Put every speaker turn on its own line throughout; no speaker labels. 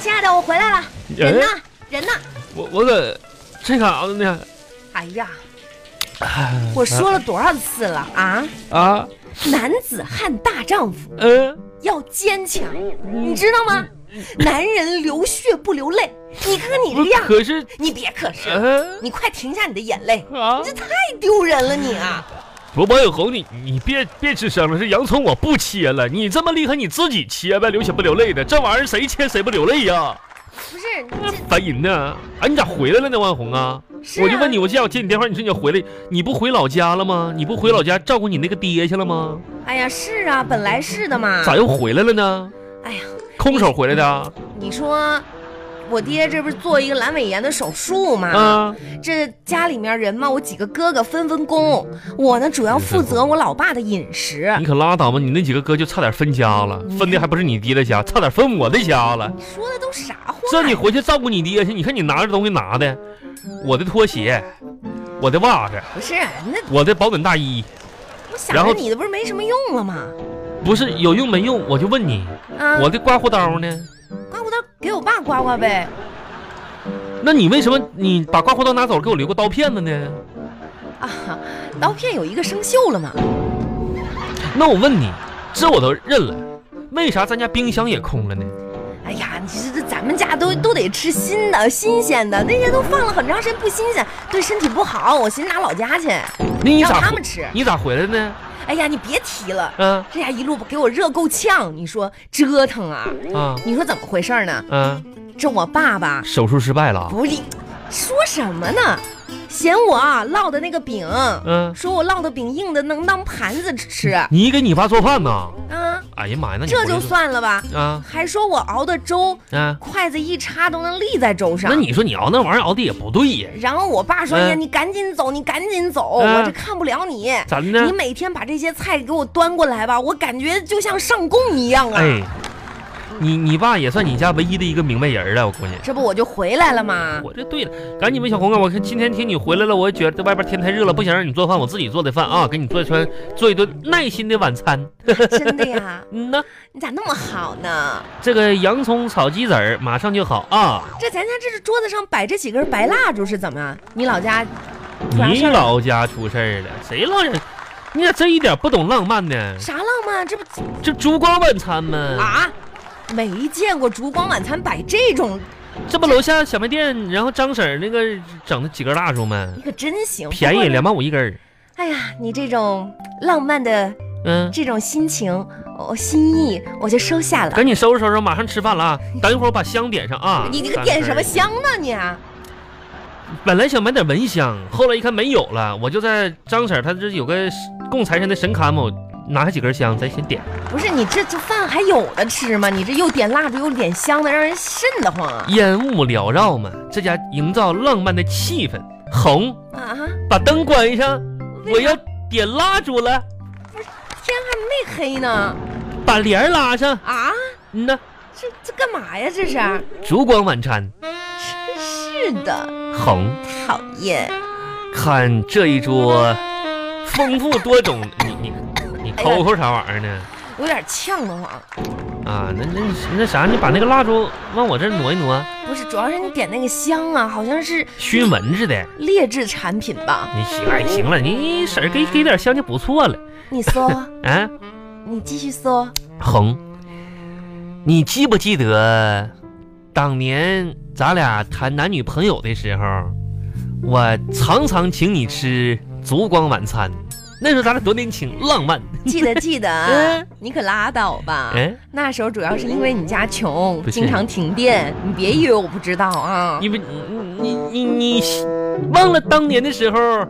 亲爱的，我回来了，
哎
人呢？人呢？
我我搁这干啥呢？
哎呀，我说了多少次了啊！
啊，
男子汉大丈夫
嗯，
要坚强，你知道吗？男人流血不流泪，你看看你
不
这
是，
样，
可是，
你别可是，
嗯
你快停下你的眼泪，
啊
你，这太丢人了你啊！
不，王永红，你你别别吱声了，这洋葱我不切了，你这么厉害，你自己切呗，流血不流泪的，这玩意儿谁切谁不流泪呀？
不是，你这
烦人呢！哎，你咋回来了呢，万红啊？
是啊
我就问你，我今天我接你电话，你说你要回来，你不回老家了吗？你不回老家照顾你那个爹去了吗？
哎呀，是啊，本来是的嘛。
咋又回来了呢？
哎呀，
空手回来的啊？
你说我爹这不是做一个阑尾炎的手术吗？
啊
这家里面人嘛，我几个哥哥分分工，我呢主要负责我老爸的饮食。
你可拉倒吧！你那几个哥就差点分家
嗯
了，分的还不是你爹的家，差点分我的家了。
你说的都啥话？
这你回去照顾你爹去，你看你拿着东西拿的，我的拖鞋，我的袜子，
不是那
我的保暖大衣，
我想
然后
着你的不是没什么用了吗？
不是有用没用？我就问你，
啊，
我的刮胡刀呢？
刮胡刀给我爸刮刮呗。
那你为什么你把刮胡刀拿走了，给我留个刀片子呢？
啊，刀片有一个生锈了嘛？
那我问你，这我都认了，为啥咱家冰箱也空了呢？
哎呀，你这这咱们家都都得吃新的、新鲜的，那些都放了很长时间不新鲜，对身体不好。我寻思拿老家去。
那你咋
让他
回
们吃
你咋回来呢？
哎呀，你别提了，
啊
这家一路给我热够呛，你说折腾啊？
啊
你说怎么回事呢？
啊！
这我爸爸
手术失败了啊。
不是，说什么呢？嫌我啊烙的那个饼，
嗯，
说我烙的饼硬的能当盘子吃
你给你爸做饭呢？
啊，
哎呀妈呀，那你
这
回来
就算了吧，
啊
还说我熬的粥，
啊！
筷子一插都能立在粥上
那。你说你熬那玩意儿熬的也不对呀，
然后我爸说：“
嗯
哎呀，你赶紧走，你赶紧走，
嗯
我这看不了你。
咋的
你
呢？
每天把这些菜给我端过来吧，我感觉就像上供一样啊。
哎，你你爸也算你家唯一的一个明白人了，我估计。
这不我就回来了吗？
我这对了，赶紧吧，小红啊！我看今天听你回来了，我也觉得外边天太热了，不想让你做饭，我自己做的饭啊，给你做一餐，做一顿耐心的晚餐。
真的呀，
嗯呐。
你咋那么好呢？
这个洋葱炒鸡子儿马上就好啊！
这咱家这是桌子上摆这几根白蜡烛是怎么？你老家完
你
事儿了
老家出事儿了，谁老家？你咋这一点不懂浪漫呢？
啥浪漫？啊这不
这烛光晚餐吗？
啊，没见过烛光晚餐摆这种，
这不楼下小卖店，然后张婶儿那个整的几根蜡烛吗
你？可真行，
便
不
宜
过
两毛五一根儿。
哎呀，你这种浪漫的
嗯，
这种心情，我、心意我就收下了。
赶紧收拾收拾，马上吃饭了啊！等一会儿我把香点上啊！
你你个点什么
香？
香呢你？啊
本来想买点蚊香，后来一看没有了，我就在张婶儿她这有个供财神的神龛嘛，我拿下几根香，咱先点。
不是你这这饭还有的吃吗？你这又点蜡烛又点香的，让人瘆得慌啊！
烟雾缭绕嘛，这家营造浪漫的气氛。红，
啊，
把灯关上，
为啥
我要点蜡烛了，
天还没黑呢
把帘儿拉上。
啊！
嗯呐，
这这干嘛呀？这是？
烛光晚餐。
真是的，
红，
讨厌！
看这一桌丰富多种，你你你
哎呀
抠抠啥玩意儿呢？
有点呛得慌。
啊，那那那啥，你把那个蜡烛往我这儿挪一挪，
不是，主要是你点那个香啊，好像是
熏蚊似的。
劣质产品吧？
你行，哎，行了，你婶儿给给点香就不错了。
你 说，
啊，
你继续说。
红，你记不记得当年咱俩谈男女朋友的时候，我常常请你吃烛光晚餐？那时候咱俩多年轻，浪漫。
记得记 得啊，你可拉倒吧。
嗯哎，
那时候主要是因为你家穷，
不嗯是
经常停电。你别以为我不知道啊！
你不，你你你你忘了当年的时候，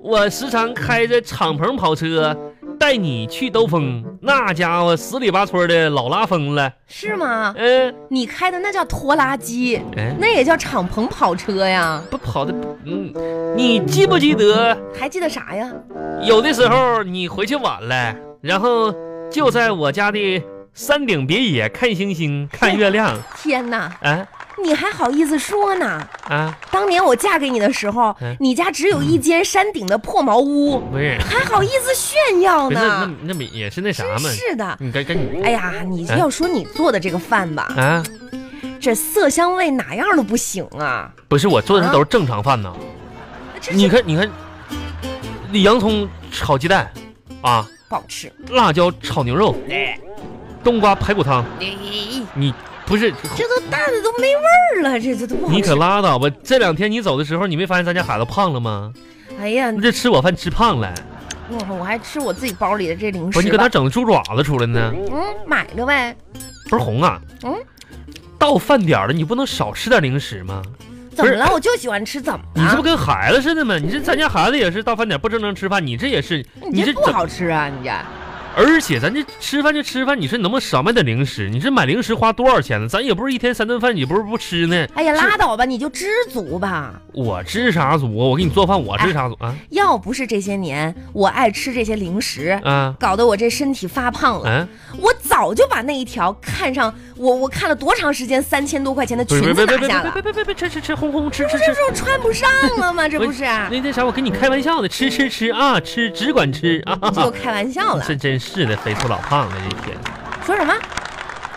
我时常开着敞篷跑车带你去兜风，那家伙十里八村的老拉风了。
是吗？
嗯、
你开的那叫拖拉机，
哎。
那也叫敞篷跑车呀。
不跑的，嗯，你记不记得
还记得啥呀？
有的时候你回去晚了，然后就在我家的山顶别野看星星、看月亮，
天哪，
啊，
你还好意思说呢？
啊，
当年我嫁给你的时候
嗯，
你家只有一间山顶的破茅屋，
不是，
还好意思炫耀
不是那那
呢？
那不也是那啥
真
吗？
是的。
你赶赶紧
哎呀，你
哎
要说你做的这个饭吧，
啊！
这色香味哪样都不行啊！
不是我做的都是正常饭呐。
真
你
是
看，你看，洋葱炒鸡蛋，啊，
不好吃。
辣椒炒牛肉，冬瓜排骨汤，你不是
哎这都淡的都没味儿了，这这都不好
你可
吃。
拉倒吧！这两天你走的时候，你没发现咱家孩子胖了吗？
哎呀，
你这吃我饭吃胖了，
我我还吃我自己包里的这零
不是你
食
搁哪
吧。
整的猪爪子出来呢？
嗯，买着呗。
不是红啊，
嗯
到饭点儿了，你不能少吃点零食吗？
怎么
不
了？我就喜欢吃，怎么
你这不
了？
跟孩子似的吗？你这咱家孩子也是到饭点不正常吃饭，你这也是，
你这
这
不
怎，
好吃啊！你这
而且咱这吃饭就吃饭，你说你能不能少买点零食？你这买零食花多少钱呢？咱也不是一天三顿饭，也不是不吃呢。
哎呀，
是
拉倒吧，你就知足吧。
我吃啥足啊？我给你做饭，我吃啥足啊？
要不是这些年我爱吃这些零食，
啊，
搞得我这身体发胖了，
嗯，
我早就把那一条看上我我看了多长时间三千多块钱的
不
裙
是，别
子
别别别
拿下
别
了
别，别别别吃吃吃，轰轰吃吃
这
吃
时。候穿不上 了吗？这不是
那那啥，我跟你开玩笑的，吃吃吃啊，吃只管吃啊！
就开玩笑了，
这真是的，肥兔老胖子这天。
说什么？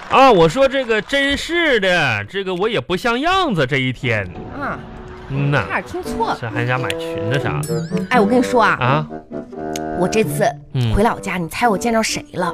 啊，我说这个真是的，这个我也不像样子这一天。
啊，
嗯呐，
差点听错了。
这还想买裙子啥的
哎，我跟你说啊，
啊？
我这次
嗯
回老家，你猜我见着谁了？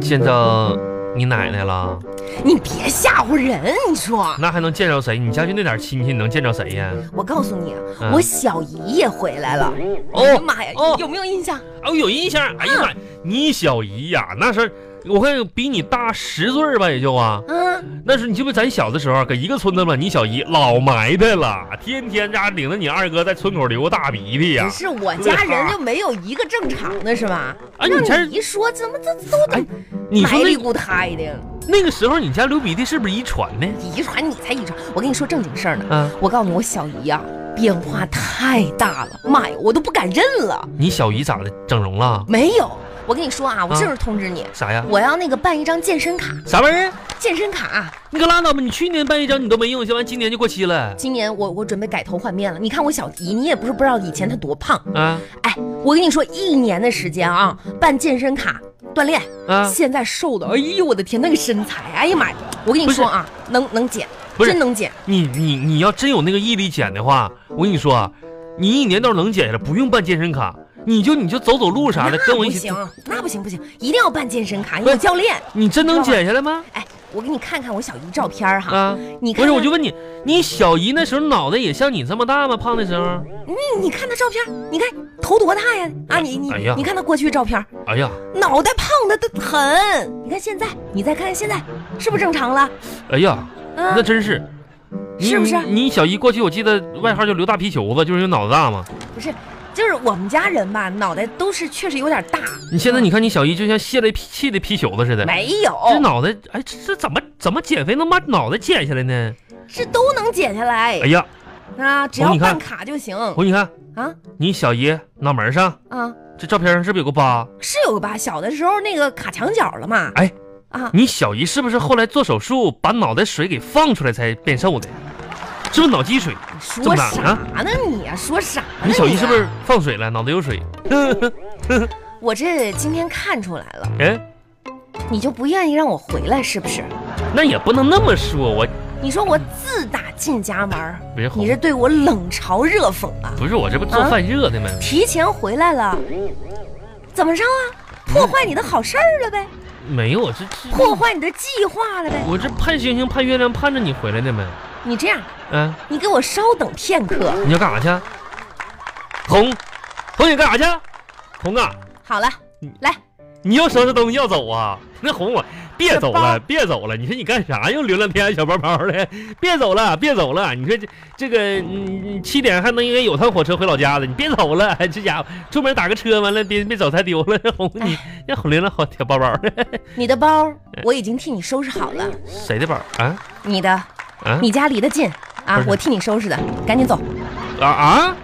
见到你奶奶了，
你别吓唬人！你说，
那还能见着谁？你家就那
嗯
点亲戚，你能见着谁呀？
我告诉你，啊
嗯
我小姨也回来了。
哦
我的妈呀
哦，
有没有印象？
哦，有印象。哎呀妈，
嗯
你小姨呀、那是我看比你大十岁儿吧，也就啊。
嗯，
那时候你记不？咱小的时候搁一个村子嘛，你小姨老埋汰了，天天家领着你二哥在村口流个大鼻涕呀、
不是我家人就没有一个正常的，是吧？
啊你才
让
是
你一说，怎么这都
哎
都
你
埋
说
里
那
咕胎的？
那个时候你家流鼻涕是不是遗传呢？
遗传你才遗传，我跟你说正经事儿呢。
啊，
我告诉你，我小姨啊，变化太大了，妈呀，我都不敢认了。
你小姨咋的？整容了？
没有，我跟你说啊，我
啊
正式通知你，
啥呀？
我要那个办一张健身卡，
啥玩意儿？
健身卡啊、
你可拉倒吧！你去年办一张你都没用，现完今年就过期了
今年我我准备改头换面了。你看我小姨，你也不是不知道以前她多胖。
啊
哎，我跟你说，一年的时间啊，办健身卡锻炼，
啊！
现在瘦的，哎呦我的天，那个身材，哎呀妈呀！我跟你
不是
说啊，能能减，
不是
真能减。
你你你要真有那个毅力减的话，我跟你说啊，你一年倒是能减下来，不用办健身卡，你就你就走走路啥的，
那
跟我
不
一起
行。，那不行不行，一定要办健身卡，
不
有
是
教练。
你真能减下来吗？
哎，我给你看看我小姨照片儿哈，
啊，
你看
不是，
看
我就问你，你小姨那时候脑袋也像你这么大吗？胖的时候？
你你看她照片儿，你看头多大呀？啊，你你、
哎呀
你看她过去照片儿，
哎呀，
脑袋胖的都很。你看现在，你再看看现在，是不是正常了？
哎呀，
嗯
那，真是。你
是不是
你小姨过去我记得外号叫刘大皮球子，就是因为脑袋大嘛。
不是，就是我们家人吧，脑袋都是确实有点大。
你现在你看你小姨就像泄了脾气的皮球子似的。
嗯没有，
这脑袋，哎，这这怎么怎么减肥能把脑袋减下来呢？
这都能减下来
哎呀，
啊，只
我
要
你看
办卡就行
我你看，
啊
你小姨脑门上
啊，
这照片上是不是有个疤？
是有个疤，小的时候那个卡墙角了嘛。
哎
啊，
你小姨是不是后来做手术把脑袋水给放出来才变瘦的？是不是脑积水？这
你说
么大
啥呢你哎呀、说啥呢
你小姨是不是放水了？脑袋有水？
啊我这今天看出来了，
哎，
你就不愿意让我回来是不是？
那也不能那么说，我
你说我自打进家门儿，
不是
你这对我冷嘲热讽啊！
不是我这不做饭热的吗？
提前回来了，怎么着啊？破坏你的好事儿了呗，
没有，这这
破坏你的计划了呗。
我这盼星星盼月亮盼着你回来呢吗？
你这样，
啊，
你给我稍等片刻。
你要干啥去？红，红你干啥去？红啊！
好了
嗯，
来，
你要收拾东西要走啊？那哄我，别
这
走
包
了，别走了！你说你干啥？又流浪天涯小包包的，别走了，别走了！你说这这个，嗯，七点还能应该有趟火车回老家的，你别走了！这家伙出门打个车，完了别别走太丢了。哄你，那哄流浪好小包包的，
你的包我已经替你收拾好了，
谁的包啊？
你的，
啊
你家离得近
不
啊，
是
我替你收拾的，赶紧走。
啊啊！